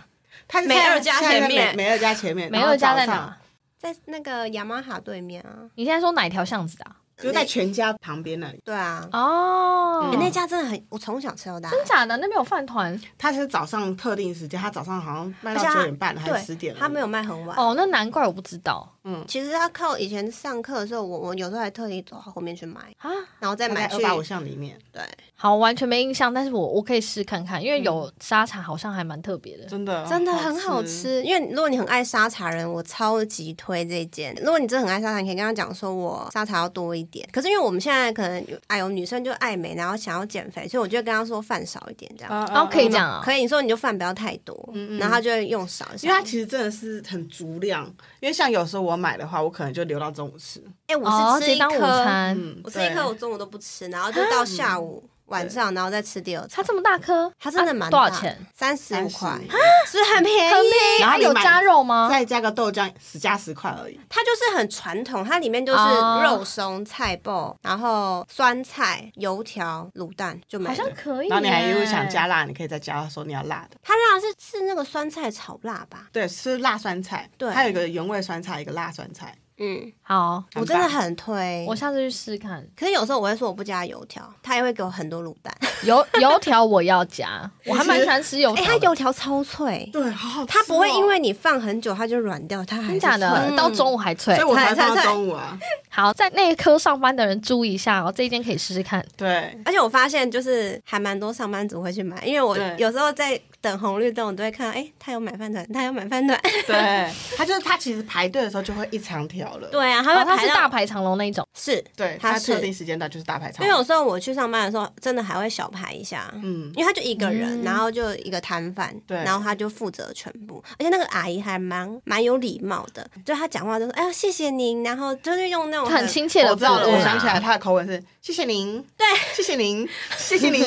Speaker 4: 它是
Speaker 2: 美
Speaker 4: 在
Speaker 2: 乐家
Speaker 4: 现在在
Speaker 2: 前面
Speaker 4: 美美乐家前面，
Speaker 1: 美
Speaker 4: 然后
Speaker 1: 乐家
Speaker 4: 早
Speaker 1: 在
Speaker 4: 上？
Speaker 1: 哪？
Speaker 2: 在那个雅马哈对面啊，
Speaker 1: 你现在说哪一条巷子的啊？
Speaker 4: 就在全家旁边那里。
Speaker 2: 对啊，
Speaker 1: 哦
Speaker 4: 哎
Speaker 2: 诶，那家真的很，我从小吃到大，
Speaker 1: 真假的？那边有饭团
Speaker 4: 它是早上特定时间，它早上好像卖
Speaker 2: 而且
Speaker 4: 到
Speaker 2: 它
Speaker 4: 九点半还是十点
Speaker 2: 对，
Speaker 4: 了。
Speaker 2: 它没有卖很晚。
Speaker 1: 哦，那难怪我不知道
Speaker 2: 其实它靠以前上课的时候，我我有时候还特地走到后面去买，
Speaker 1: 啊。
Speaker 2: 然后再
Speaker 4: 它
Speaker 2: 买
Speaker 4: 在
Speaker 2: 去
Speaker 4: 二八五巷里面，
Speaker 2: 对。
Speaker 1: 好，完全没印象，但是我我可以试看看，因为
Speaker 2: 嗯
Speaker 1: 有沙茶好像还蛮特别的。
Speaker 4: 真的
Speaker 2: 真的很好。吃，因为如果你很爱沙茶人，我超级推这一间。如果你真的很爱沙茶，你可以跟他讲说，我沙茶要多一点。可是因为我们现在可能有，哎呦，女生就爱美，然后想要减肥，所以我就会跟他说饭少一点这样。
Speaker 4: 啊
Speaker 1: 哦，可以这，样啊？
Speaker 2: 可以，你说你就饭不要太多，然后他就会用少一
Speaker 4: 嗯因为
Speaker 2: 下
Speaker 4: 它。其实真的是很足量，因为像有时候我买的话，我可能就留到中午吃。
Speaker 2: 哎、
Speaker 1: 哦
Speaker 2: 我是吃
Speaker 1: 直
Speaker 2: 一
Speaker 1: 接当午
Speaker 2: 颗，
Speaker 1: 餐，
Speaker 4: 嗯，
Speaker 2: 我吃一颗，我
Speaker 4: 对，
Speaker 2: 中午都不吃，然后就到下午、晚上，然后再吃第二
Speaker 1: 嗯它
Speaker 2: 餐。
Speaker 1: 这么大颗，
Speaker 2: 它真的
Speaker 1: 啊
Speaker 2: 蛮、哎
Speaker 1: 多少钱？？
Speaker 2: 三十五块，啊
Speaker 4: 30
Speaker 2: 是不是很便宜？
Speaker 4: 然
Speaker 1: 它
Speaker 4: 后你
Speaker 1: 有
Speaker 4: 买
Speaker 1: 加肉吗？
Speaker 4: 再加个豆浆，十加十块而已。
Speaker 2: 它就是很传统，它里面就是
Speaker 1: 哦
Speaker 2: 肉松、菜爆，然后酸菜、油条、卤蛋就没
Speaker 1: 好像
Speaker 2: 了。
Speaker 1: 可以耶。
Speaker 4: 然后你还如果想加辣，你可以再加说你要辣的。
Speaker 2: 它辣是是那个酸菜炒辣吧？
Speaker 4: 对，吃辣酸菜，
Speaker 2: 对
Speaker 4: 它有一个原味酸菜，一个辣酸菜。
Speaker 2: 嗯，
Speaker 1: 好，
Speaker 2: 我真的很推
Speaker 1: 我。下次去试试看。
Speaker 2: 可是有时候我会说我不加油条，他也会给我很多卤蛋。
Speaker 1: 油油条我要加，我还蛮喜欢吃油
Speaker 2: 哎、
Speaker 1: 条的。哦
Speaker 2: 它油条超脆，
Speaker 4: 对，好好吃、哦
Speaker 2: 它不会因。为你放很久它就软掉，它还
Speaker 1: 真
Speaker 2: 是
Speaker 1: 假的，
Speaker 2: 脆
Speaker 1: 到中午还脆
Speaker 4: 所以。我才
Speaker 2: 菜菜
Speaker 4: 放到
Speaker 2: 菜
Speaker 4: 中午啊，
Speaker 2: [laughs]
Speaker 1: 好，在那一科上班的人注意一下哦，这一间可以试试看。
Speaker 4: 对，
Speaker 2: 而且我发现就是还蛮多上班族会去买，因为我
Speaker 4: 对
Speaker 2: 有时候在等红绿灯，我都会看到，哎、他有买饭团，他有买饭团。
Speaker 4: 对，它就是它其实排队的时候就会一长条了。
Speaker 2: 对啊，他
Speaker 1: 然哦
Speaker 2: 会
Speaker 1: 后它
Speaker 2: 排
Speaker 1: 是
Speaker 2: 到
Speaker 1: 大排长龙那一种，
Speaker 2: 是
Speaker 4: 对，
Speaker 2: 它
Speaker 4: 它
Speaker 2: 是
Speaker 4: 特定时间段就是大排长
Speaker 2: 因为有
Speaker 4: 龙。
Speaker 2: 时候我去上班的时候，真的还会小排一下，
Speaker 4: 嗯，
Speaker 2: 因为他就一个人，
Speaker 1: 嗯
Speaker 2: 然后就一个摊贩，
Speaker 4: 对
Speaker 2: 然后他就负责全部，而且那个阿姨还蛮蛮有礼貌的，就她讲话就说：“哎呀，谢谢您。”然后就是用那种
Speaker 1: 很亲切的。
Speaker 4: 我知道了，
Speaker 2: 对啊
Speaker 4: 我想起来，它的口吻是谢谢您，对，谢谢
Speaker 2: [laughs]
Speaker 4: 您，谢谢您，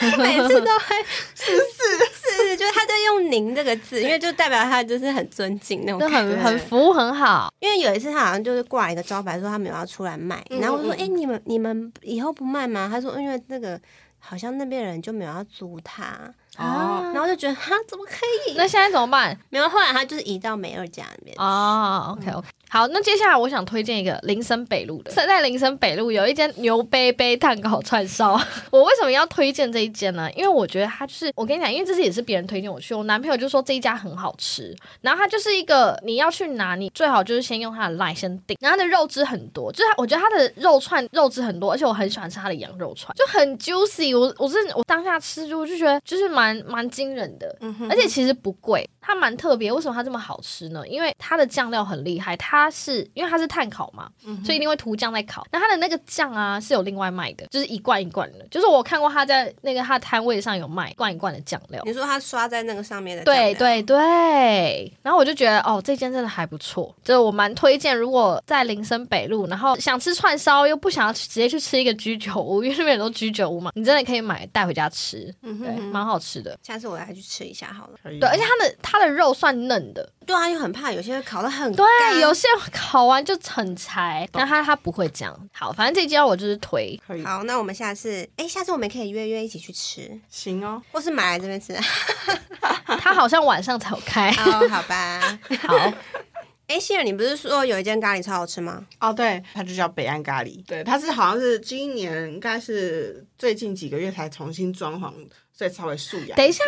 Speaker 2: 每次都会 [laughs] 是是是，就是他在用“您”这个字，因为就代表他就是很尊敬那种
Speaker 1: 就
Speaker 2: 感
Speaker 1: 很
Speaker 2: 觉。
Speaker 4: 对
Speaker 1: 很服务很好，
Speaker 2: 因为有一次他好像就是挂一个招牌说他没有要出来卖，
Speaker 4: 嗯
Speaker 2: 然后我说：“哎、
Speaker 4: 嗯嗯
Speaker 2: 你们你们以后不卖吗？”他说：“因为那个好像那边人就没有要租他。”
Speaker 4: 哦，
Speaker 2: 然后就觉得哈，怎么可以？
Speaker 1: 那现在怎么办？
Speaker 2: 没有，后来他就是移到美二家里面。
Speaker 1: 哦，OK OK，好，那接下来我想推荐一个林森北路的，在林森北路有一间牛杯杯蛋糕串烧。 [laughs] 我为什么要推荐这一间呢？因为我觉得它就是，我跟你讲，因为这次也是别人推荐我去，我男朋友就说这一家很好吃，然后它就是一个你要去拿，你最好就是先用它的 line 先订，然后它的肉汁很多，就是它我觉得它的肉串肉汁很多，而且我很喜欢吃它的羊肉串，就很 juicy 我。我是我当下吃就我就觉得就是蛮蛮惊人的，而且其实不贵，它蛮特别。为什么它这么好吃呢？因为它的酱料很厉害，它是因为它是炭烤嘛，所以一定会涂酱在烤。那它的那个酱啊是有另外卖的，就是一罐一罐的，就是我看过他在那个他摊位上有卖一罐一罐的酱料。
Speaker 2: 你说它刷在那个上面的酱料，
Speaker 1: 对对对，然后我就觉得哦，这间真的还不错，就是我蛮推荐。如果在林森北路，然后想吃串烧又不想要去直接去吃一个居酒屋，因为那边有很多居酒屋嘛，你真的可以买带回家吃，
Speaker 2: 嗯
Speaker 1: 对，蛮好吃的。
Speaker 2: 下次我来去吃一下好了。
Speaker 4: [laughs] 可以哦
Speaker 1: 对，而且它的它的肉算嫩的，
Speaker 2: 对啊，又嗯很怕有些烤的很
Speaker 1: 对，
Speaker 2: 干
Speaker 1: 有些烤完就很柴，但它它不会这样。好，反正这家我就是
Speaker 2: [laughs]
Speaker 1: 推，
Speaker 4: 可以，
Speaker 2: 好，那我们下次，哎，下次我们可以约约一起去吃，
Speaker 4: 行哦，
Speaker 2: 或是买来这边吃。
Speaker 1: 它好像晚上才有开。
Speaker 2: [laughs] 哦，好吧。
Speaker 1: 好，
Speaker 2: [laughs] 哎，希尔，你不是说有一间咖喱超好吃吗？
Speaker 4: 哦，对，它就叫北岸咖喱，对，它是好像是今年应该是最近几个月才重新装潢，所以稍微素雅。
Speaker 1: 等一下，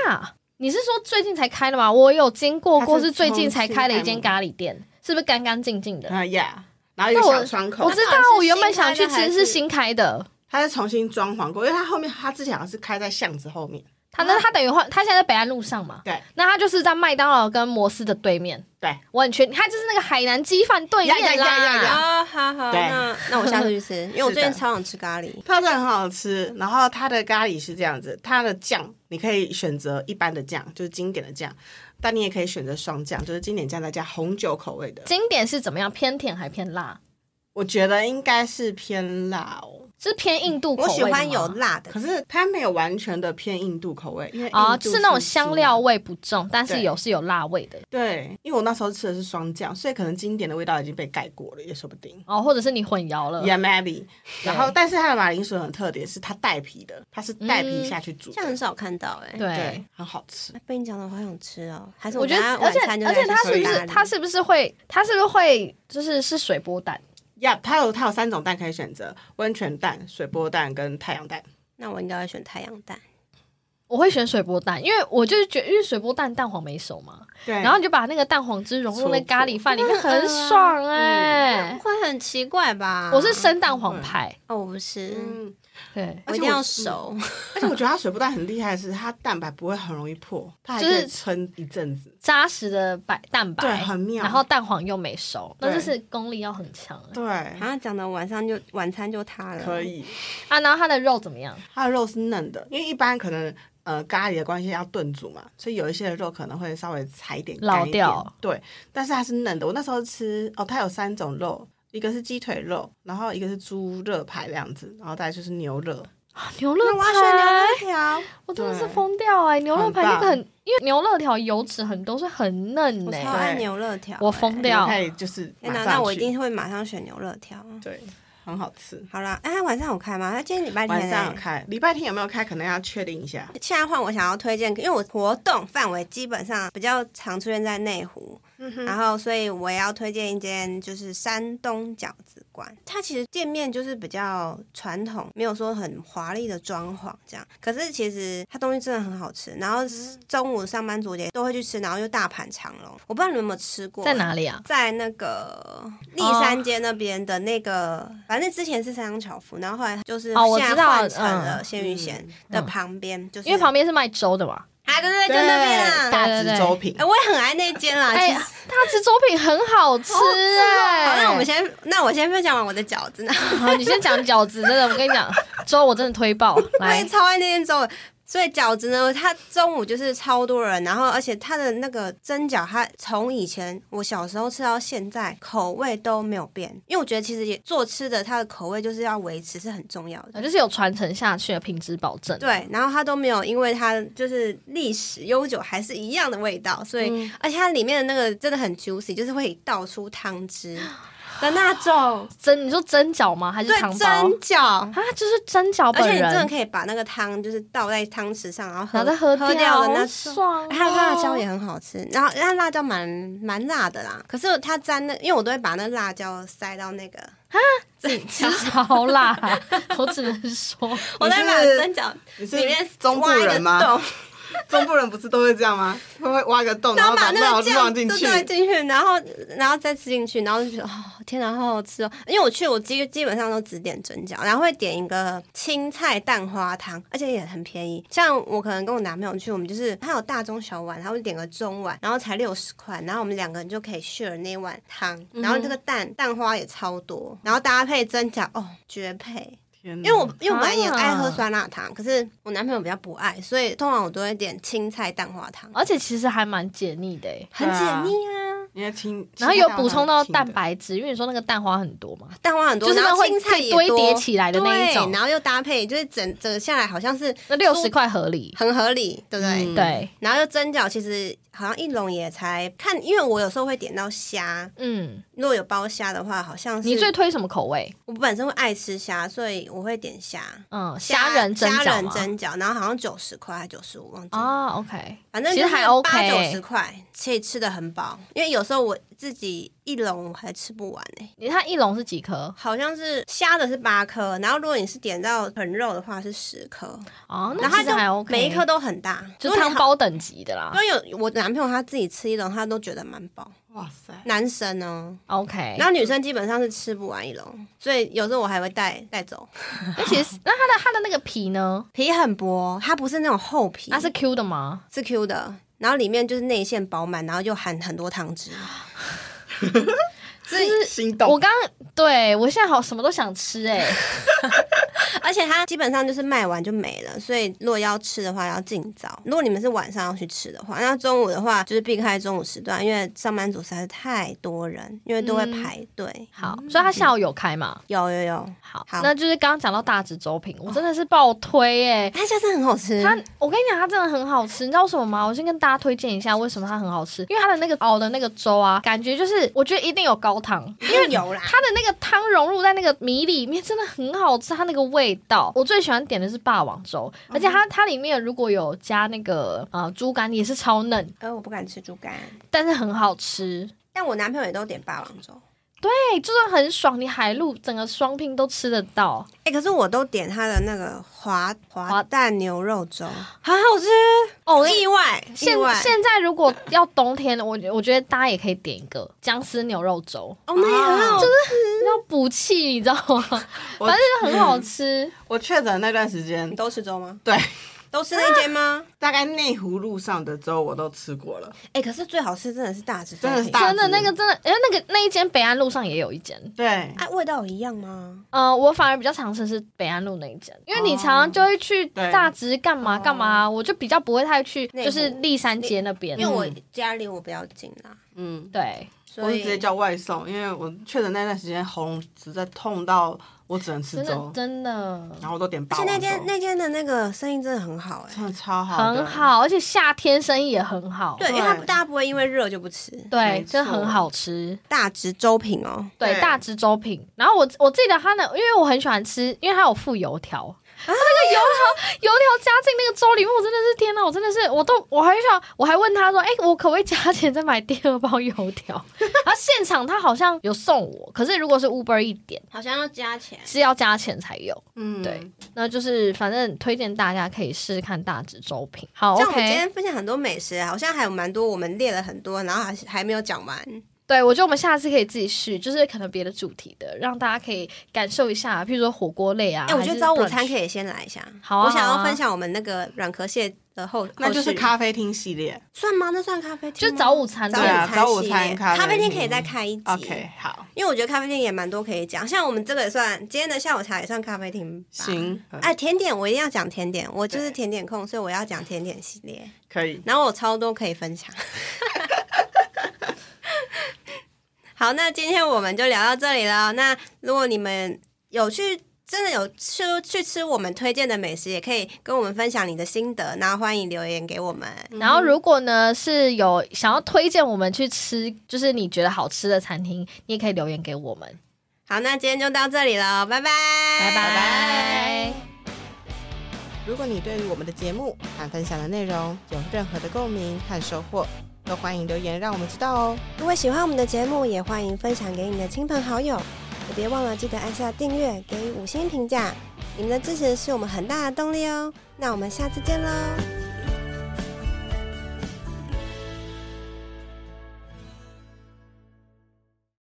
Speaker 1: 你是说最近才开的吗？我有经过过，
Speaker 4: 它是
Speaker 1: 是最近才开了一
Speaker 4: 重
Speaker 1: 间
Speaker 4: 新
Speaker 1: 咖喱店，是不是干干净净的？
Speaker 4: 啊呀，然后有一
Speaker 1: 那
Speaker 4: 个
Speaker 1: 我
Speaker 4: 小窗口
Speaker 1: 我，知道，我原本想去吃是新开的，
Speaker 4: 它是重新装潢过，因为它后面它之前好像是开在巷子后面，
Speaker 1: 他那他等于换，他现在在北安路上嘛，
Speaker 4: 对
Speaker 1: 那他就是在麦当劳跟摩斯的对面，
Speaker 4: 对，
Speaker 1: 我很确定，他就是那个海南鸡饭对
Speaker 4: 呀
Speaker 1: 面
Speaker 4: 呀呀呀
Speaker 1: 啦
Speaker 4: 呀。
Speaker 2: 啊、好好，
Speaker 4: 对
Speaker 2: 那那我下次去吃，
Speaker 1: [laughs]
Speaker 2: 因为我最近超想吃咖喱。
Speaker 4: 它真的很好吃。然后它的咖喱是这样子，它的酱你可以选择一般的酱，就是经典的酱，但你也可以选择双酱，就是经典酱再加红酒口味的。
Speaker 1: 经典是怎么样？偏甜还偏辣？
Speaker 4: 我觉得应该是偏辣哦，
Speaker 1: 是偏印度口
Speaker 2: 我
Speaker 1: 味
Speaker 2: 喜
Speaker 1: 的吗
Speaker 2: 欢有辣的
Speaker 4: 可，是它没有完全的偏印度口味，因为
Speaker 1: 啊，
Speaker 4: 印度
Speaker 1: 是那种香料味不重，但是
Speaker 4: 对
Speaker 1: 有是有辣味的
Speaker 4: 对，因为我那时候吃的是双酱，所以可能经典的味道已经被盖过了，也说不定。
Speaker 1: 哦，或者是你混淆了。
Speaker 4: Yeah, maybe。然后，但是它的马铃薯很特点是它带皮的，它是带皮
Speaker 1: 嗯
Speaker 4: 下去煮的
Speaker 2: 现在很少看到哎、
Speaker 1: 对
Speaker 4: 对，，很好吃。
Speaker 2: 被你讲的我好想吃哦，还是
Speaker 1: 我觉得
Speaker 2: 等下，
Speaker 1: 而
Speaker 2: 晚
Speaker 1: 且
Speaker 2: 餐就
Speaker 1: 而且它
Speaker 2: 它
Speaker 1: 是不是它是不是会它是不是会就是是水波蛋？
Speaker 4: 呀、它有它有三种蛋可以选择：温泉蛋、水波蛋跟太阳蛋。
Speaker 2: 那我应该会选太阳蛋，
Speaker 1: 我会选水波蛋，因为我就是觉得因为水波蛋蛋黄没熟嘛，
Speaker 4: 对，
Speaker 1: 然后你就把那个蛋黄汁融入那
Speaker 4: 搓
Speaker 1: 咖喱饭里面，很爽哎、
Speaker 2: 会很奇怪吧？
Speaker 1: 我是生蛋黄派，
Speaker 2: 哦，我不是，
Speaker 4: 嗯，
Speaker 1: 对，
Speaker 2: 我
Speaker 4: 而
Speaker 2: 一
Speaker 4: 且
Speaker 2: 定要
Speaker 4: 我
Speaker 2: 熟。
Speaker 1: 嗯
Speaker 4: 而且我觉得它水波蛋很厉害的是，它蛋白不会很容易破，它还可
Speaker 1: 就
Speaker 4: 以
Speaker 1: 是
Speaker 4: 撑一阵子。
Speaker 1: 扎实的白蛋白，
Speaker 4: 对很妙
Speaker 1: 然后蛋黄又没熟，那
Speaker 4: 对
Speaker 1: 就是功力要很强欸
Speaker 4: 对，
Speaker 2: 然后讲的晚上就晚餐就它了，
Speaker 4: 可。以。
Speaker 1: 啊。然后它的肉怎么样？
Speaker 4: 它的肉是嫩的，因为一般可能呃咖喱的关系要炖煮嘛，所以有一些的肉可能会稍微柴一点、
Speaker 1: 老
Speaker 4: 干一
Speaker 1: 掉
Speaker 4: 点。对，但是它是嫩的。我那时候吃哦，它有三种肉，一个是鸡腿肉，然后一个是猪热排这样子，然后再就是牛热。
Speaker 1: 牛肉
Speaker 4: 我要选牛
Speaker 1: 排，
Speaker 4: 肋条，
Speaker 1: 我真的是
Speaker 4: 对
Speaker 1: 疯掉哎、牛肉排
Speaker 4: 很
Speaker 1: 那
Speaker 4: 棒
Speaker 1: 个很，因为牛肉条油脂很多，所以很嫩
Speaker 2: 我
Speaker 1: 哎、
Speaker 2: 超爱
Speaker 4: 对
Speaker 2: 牛肋条、
Speaker 1: 我疯掉
Speaker 4: 可以就是
Speaker 2: 哎。天
Speaker 4: 马
Speaker 2: 哪，
Speaker 4: 上
Speaker 2: 那我一
Speaker 4: 去
Speaker 2: 定会马上选牛肋条。啊
Speaker 4: 对，很好吃。
Speaker 2: 好啦，哎，晚上有开吗？他今天礼拜天、
Speaker 4: 晚上
Speaker 2: 欸
Speaker 4: 有。开，礼拜天有没有开？可能要确定一下。
Speaker 2: 现在换我想要推荐，因为我活动范围基本上比较常出现在内湖，
Speaker 1: 嗯
Speaker 2: 然后所以我也要推荐一间就是山东饺子馆。它其实店面就是比较传统，没有说很华丽的装潢这样，可是其实它东西真的很好吃。然后
Speaker 1: 嗯
Speaker 2: 中午上班族也都会去吃，然后又大排长龙。我不知道你们有没有吃过，
Speaker 1: 在哪里啊？
Speaker 2: 在那个立山街那边的那个，反正之前是三商巧福，然后后来就是
Speaker 1: 哦我
Speaker 2: 现在
Speaker 1: 知道
Speaker 2: 换成了
Speaker 1: 嗯
Speaker 2: 鲜芋仙的旁边，就是
Speaker 1: 因为旁边是卖粥的嘛。
Speaker 2: 啊，对对对，就那边啊。
Speaker 1: 对
Speaker 4: 大
Speaker 1: 对对
Speaker 4: 直粥品
Speaker 2: 哎、，我也很爱那间啦。
Speaker 1: 哎、
Speaker 2: 其实
Speaker 1: 大直粥品很好吃哎、 [laughs]
Speaker 2: 好，那我们先，那我先分享完我的饺子呢。
Speaker 1: 好，你先讲饺子，真的，我跟你讲，粥我真的推爆，
Speaker 2: 我也
Speaker 1: 来，
Speaker 2: 超爱那间粥的。所以饺子呢，它中午就是超多人，然后而且它的那个蒸饺，它从以前我小时候吃到现在，口味都没有变。因为我觉得其实也做吃的，它的口味就是要维持是很重要的。
Speaker 1: 就是有传承下去的品质保证。
Speaker 2: 对，然后它都没有，因为它就是历史悠久，还是一样的味道，所以、而且它里面的那个真的很 juicy，就是会倒出汤汁的那种，
Speaker 1: 蒸，你说蒸饺吗？还是
Speaker 2: [gasps] 对，
Speaker 1: 汤
Speaker 2: 蒸
Speaker 1: 包？
Speaker 2: 饺。
Speaker 1: 啊，就是蒸饺
Speaker 2: 而且
Speaker 1: 本
Speaker 2: 你真的
Speaker 1: 人，
Speaker 2: 可以把那个汤就是倒在汤匙上，然后喝
Speaker 1: 然后再喝
Speaker 2: 喝掉的
Speaker 1: 好
Speaker 2: 那种。
Speaker 1: 爽哦。
Speaker 2: [laughs] 它的辣椒也很好吃，然后它辣椒蛮蛮辣的啦。可是它沾那，因为我都会把那辣椒塞到那个啊蒸饺
Speaker 1: 吃，超辣，我只能说，
Speaker 2: 我再把
Speaker 4: 你是
Speaker 2: 蒸饺
Speaker 4: 你是
Speaker 2: 里面
Speaker 4: 中部
Speaker 2: 挖一个
Speaker 4: 人吗？
Speaker 2: 洞
Speaker 4: 中部人不是都会这样吗？会会挖个洞，然
Speaker 2: 然
Speaker 4: 后
Speaker 2: 后把
Speaker 4: 把
Speaker 2: 那个
Speaker 4: 料
Speaker 2: 酱
Speaker 4: 放进
Speaker 2: 对
Speaker 4: 去。
Speaker 2: 对进去，然后然后再吃进去，然后就觉得哦天哪，好好吃哦！因为我去我基基本上都只点蒸饺，然后会点一个青菜蛋花汤，而且也很便宜。像我可能跟我男朋友去，我们就是他有大中小碗，然后点个中碗，然后才六十块，然后我们两个人就可以 share 那碗汤，然后这个蛋、蛋花也超多，然后搭配蒸饺哦绝配。
Speaker 4: 天哪
Speaker 2: 因为我因为我本来也爱喝
Speaker 1: 啊
Speaker 2: 酸辣汤，可是我男朋友比较不爱，所以通常我都会点青菜蛋花汤，
Speaker 1: 而且其实还蛮解腻的、欸。
Speaker 2: 很解
Speaker 4: 对啊
Speaker 2: 腻啊。
Speaker 4: 你要清，
Speaker 1: 然后有补充到
Speaker 4: 清淡
Speaker 1: 蛋白质，因为你说那个蛋花很多嘛，
Speaker 2: 蛋花很多，
Speaker 1: 就是
Speaker 2: 然
Speaker 1: 那
Speaker 2: 后
Speaker 1: 会
Speaker 2: 青菜
Speaker 1: 可
Speaker 2: 也
Speaker 1: 以
Speaker 2: 多
Speaker 1: 堆叠起来的那一
Speaker 2: 对
Speaker 1: 种，
Speaker 2: 然后又搭配，就是整整个下来好像是
Speaker 1: 那六十块合理。
Speaker 2: 很合理，对不对？
Speaker 4: 嗯
Speaker 1: 对，
Speaker 2: 然后又蒸饺，其实好像一笼也才看，因为我有时候会点到虾，
Speaker 1: 嗯，
Speaker 2: 如果有包虾的话，好像是
Speaker 1: 你最推什么口味？
Speaker 2: 我本身会爱吃虾，所以我会点虾。
Speaker 1: 嗯，虾仁蒸
Speaker 2: 虾
Speaker 1: 饺
Speaker 2: 仁
Speaker 1: 吗？
Speaker 2: 蒸饺，然后好像九十块还九十五，忘记了。
Speaker 1: 啊，OK，
Speaker 2: 反正
Speaker 1: 其实还
Speaker 2: 八九
Speaker 1: OK
Speaker 2: 十块可以吃的很饱，因为有时候我自己一笼我还吃不完欸呢、
Speaker 1: 你看一笼是几颗？
Speaker 2: 好像是虾的是八颗，然后如果你是点到很肉的话是十颗，
Speaker 1: 哦，那
Speaker 2: 然后
Speaker 1: 其实还
Speaker 2: 它就
Speaker 1: OK，
Speaker 2: 每一颗都很大，
Speaker 1: 就
Speaker 2: 如果你
Speaker 1: 汤包等级的啦
Speaker 2: 好。。因为有我男朋友他自己吃一笼，他都觉得蛮饱，
Speaker 4: 哇塞，
Speaker 2: 男生哦，
Speaker 1: OK，
Speaker 2: 然后女生基本上是吃不完一笼，所以有时候我还会带带走。
Speaker 1: 那其实那它的它的那个皮呢？
Speaker 2: 皮很薄，它不是那种厚皮，
Speaker 1: 它是 Q 的吗？
Speaker 2: 是 Q 的，然后里面就是内馅饱满，然后又含很多汤汁。
Speaker 1: 就是
Speaker 4: 心
Speaker 1: 我
Speaker 4: 动。
Speaker 1: 刚对我现在好什么都想吃哎、
Speaker 2: 而且它基本上就是卖完就没了，所以如果要吃的话要尽早。如果你们是晚上要去吃的话，那中午的话就是避开中午时段，因为上班族实在是太多人，因为都会排队。
Speaker 1: 好，所以它下午有开嘛？
Speaker 2: 有有有，
Speaker 1: 好，
Speaker 2: 好
Speaker 1: 那就是刚刚讲到大直粥品，我真的是爆推哎、
Speaker 2: 它下次很好吃。
Speaker 1: 它，我跟你讲，它真的很好吃，你知道为什么吗？我先跟大家推荐一下为什么它很好吃，因为它的那个熬的那个粥啊，感觉就是我觉得一定有高汤，
Speaker 2: 因为有啦，
Speaker 1: 它的那个汤融入在那个米里面，真的很好吃。它那个味道，我最喜欢点的是霸王粥，而且它
Speaker 2: 哦
Speaker 1: 它里面如果有加那个呃猪肝，也是超嫩，
Speaker 2: 呃，我不敢吃猪肝，
Speaker 1: 但是很好吃。
Speaker 2: 但呃我男朋友也都点霸王粥。
Speaker 1: 哎，就算很爽，你海陆整个双拼都吃得到，
Speaker 2: 哎、可是我都点他的那个滑滑
Speaker 1: 滑
Speaker 2: 蛋牛肉粥，好好吃哦！意外，意
Speaker 1: 现
Speaker 2: 外
Speaker 1: 现在如果要冬天，我我觉得大家也可以点一个姜丝牛肉粥，
Speaker 2: 哦，那也很好，就是
Speaker 1: 要补气，你知道
Speaker 2: [laughs]
Speaker 1: 吗？
Speaker 4: 我
Speaker 1: 反正就很好
Speaker 2: 嗯
Speaker 1: 吃。
Speaker 4: 我确诊那段时间
Speaker 2: 你，都吃粥吗？
Speaker 4: 对， [laughs]
Speaker 2: 都吃那间吗？
Speaker 4: 大概内湖路上的粥我都吃过了。
Speaker 2: 哎、可是最好吃真的是大直粥
Speaker 4: 真的
Speaker 2: 品
Speaker 4: 是大
Speaker 1: 真的
Speaker 4: 直
Speaker 1: 那个真的，哎，那个那一间北安路上也有一间，
Speaker 4: 对，
Speaker 2: 哎、味道有一样吗？
Speaker 1: 呃，我反而比较常吃是北安路那一间，因为你常常就会
Speaker 2: 哦
Speaker 1: 去
Speaker 4: 对
Speaker 1: 大直干嘛干嘛，我就比较不会太去，
Speaker 2: 内
Speaker 1: 就
Speaker 2: 湖
Speaker 1: 是立山街那边
Speaker 2: 因。为我家离我比较近啦，
Speaker 4: 嗯，
Speaker 1: 对，
Speaker 4: 我
Speaker 2: 所
Speaker 4: 是
Speaker 2: 以
Speaker 4: 直接叫外送，因为我确诊那段时间喉咙实在痛到我只能吃
Speaker 1: 真的
Speaker 4: 粥，
Speaker 1: 真的
Speaker 4: 然后我都点
Speaker 2: 而
Speaker 4: 霸
Speaker 2: 且
Speaker 4: 王
Speaker 2: 那
Speaker 4: 粥。
Speaker 2: 间那间的那个生意真的很好哎、
Speaker 4: 真的超好的，
Speaker 1: 很好，而且夏天生意也很好。
Speaker 2: 对，因为它大家不会因为热就不吃
Speaker 1: 对
Speaker 4: 没，错
Speaker 1: 真的很好吃。
Speaker 2: 大直粥品哦。
Speaker 1: 对，
Speaker 4: 对
Speaker 1: 大直粥品。然后我我记得它呢，因为我很喜欢吃，因为它有附油条。
Speaker 2: 啊
Speaker 1: 它那个油条，油条加进那个粥里面，我真的是天哪！我真的是，我都我还想，我还问他说：“哎、我可不可以加钱再买第二包油条？” [laughs] 然后现场他好像有送我，可是如果是 Uber 一点
Speaker 2: 好像要加钱，
Speaker 1: 是要加钱才有。
Speaker 4: 嗯，
Speaker 1: 对，那就是反正推荐大家可以试试看大直粥品。好
Speaker 2: 像我们今
Speaker 1: ，OK，
Speaker 2: 天分享很多美食，啊好像还有蛮多，我们列了很多，然后还是还没有讲完。
Speaker 1: 对我觉得我们下次可以自己试，就是可能别的主题的，让大家可以感受一下，譬如说火锅类啊。
Speaker 2: 哎、我觉
Speaker 1: 还
Speaker 2: 得
Speaker 1: 是
Speaker 2: 早午
Speaker 1: brunch
Speaker 2: 餐可以先来一下，
Speaker 1: 好啊
Speaker 2: 我想
Speaker 1: 好
Speaker 2: 要
Speaker 1: 啊
Speaker 2: 分享我们那个软壳蟹的后，
Speaker 4: 那就是
Speaker 2: 后续
Speaker 4: 咖啡厅系列。
Speaker 2: 算吗？那算咖啡厅
Speaker 1: 就
Speaker 2: 吗？
Speaker 1: 早午餐
Speaker 2: 早
Speaker 1: 的
Speaker 2: 午
Speaker 4: 对
Speaker 2: 餐
Speaker 4: 啊
Speaker 2: 系列，
Speaker 4: 早午餐咖啡
Speaker 2: 咖啡厅可以
Speaker 4: 厅
Speaker 2: 再开一集。
Speaker 4: OK，好，
Speaker 2: 因为我觉得咖啡店也蛮多可以讲，像我们这个也算，今天的下午茶也算咖啡厅吧。。
Speaker 4: 行，
Speaker 1: 嗯
Speaker 2: 哎，甜点我一定要讲甜点，我就是
Speaker 4: 对
Speaker 2: 甜点控，所以我要讲甜点系列。
Speaker 4: 可以。
Speaker 2: 然后我超多可以分享。好，那今天我们就聊到这里了。那如果你们有去真的有去去吃我们推荐的美食，也可以跟我们分享你的心得，然后欢迎留言给我们。
Speaker 1: 然后，如果呢是有想要推荐我们去吃，就是你觉得好吃的餐厅，你也可以留言给我们。
Speaker 2: 好，那今天就到这里了，拜拜，
Speaker 1: 拜拜。
Speaker 3: 如果你对于我们的节目和分享的内容有任何的共鸣和收获，都欢迎留言让我们知道哦。
Speaker 2: 如果喜欢我们的节目，也欢迎分享给你的亲朋好友，也别忘了记得按下订阅，给予五星评价。你们的支持是我们很大的动力哦。那我们下次见喽。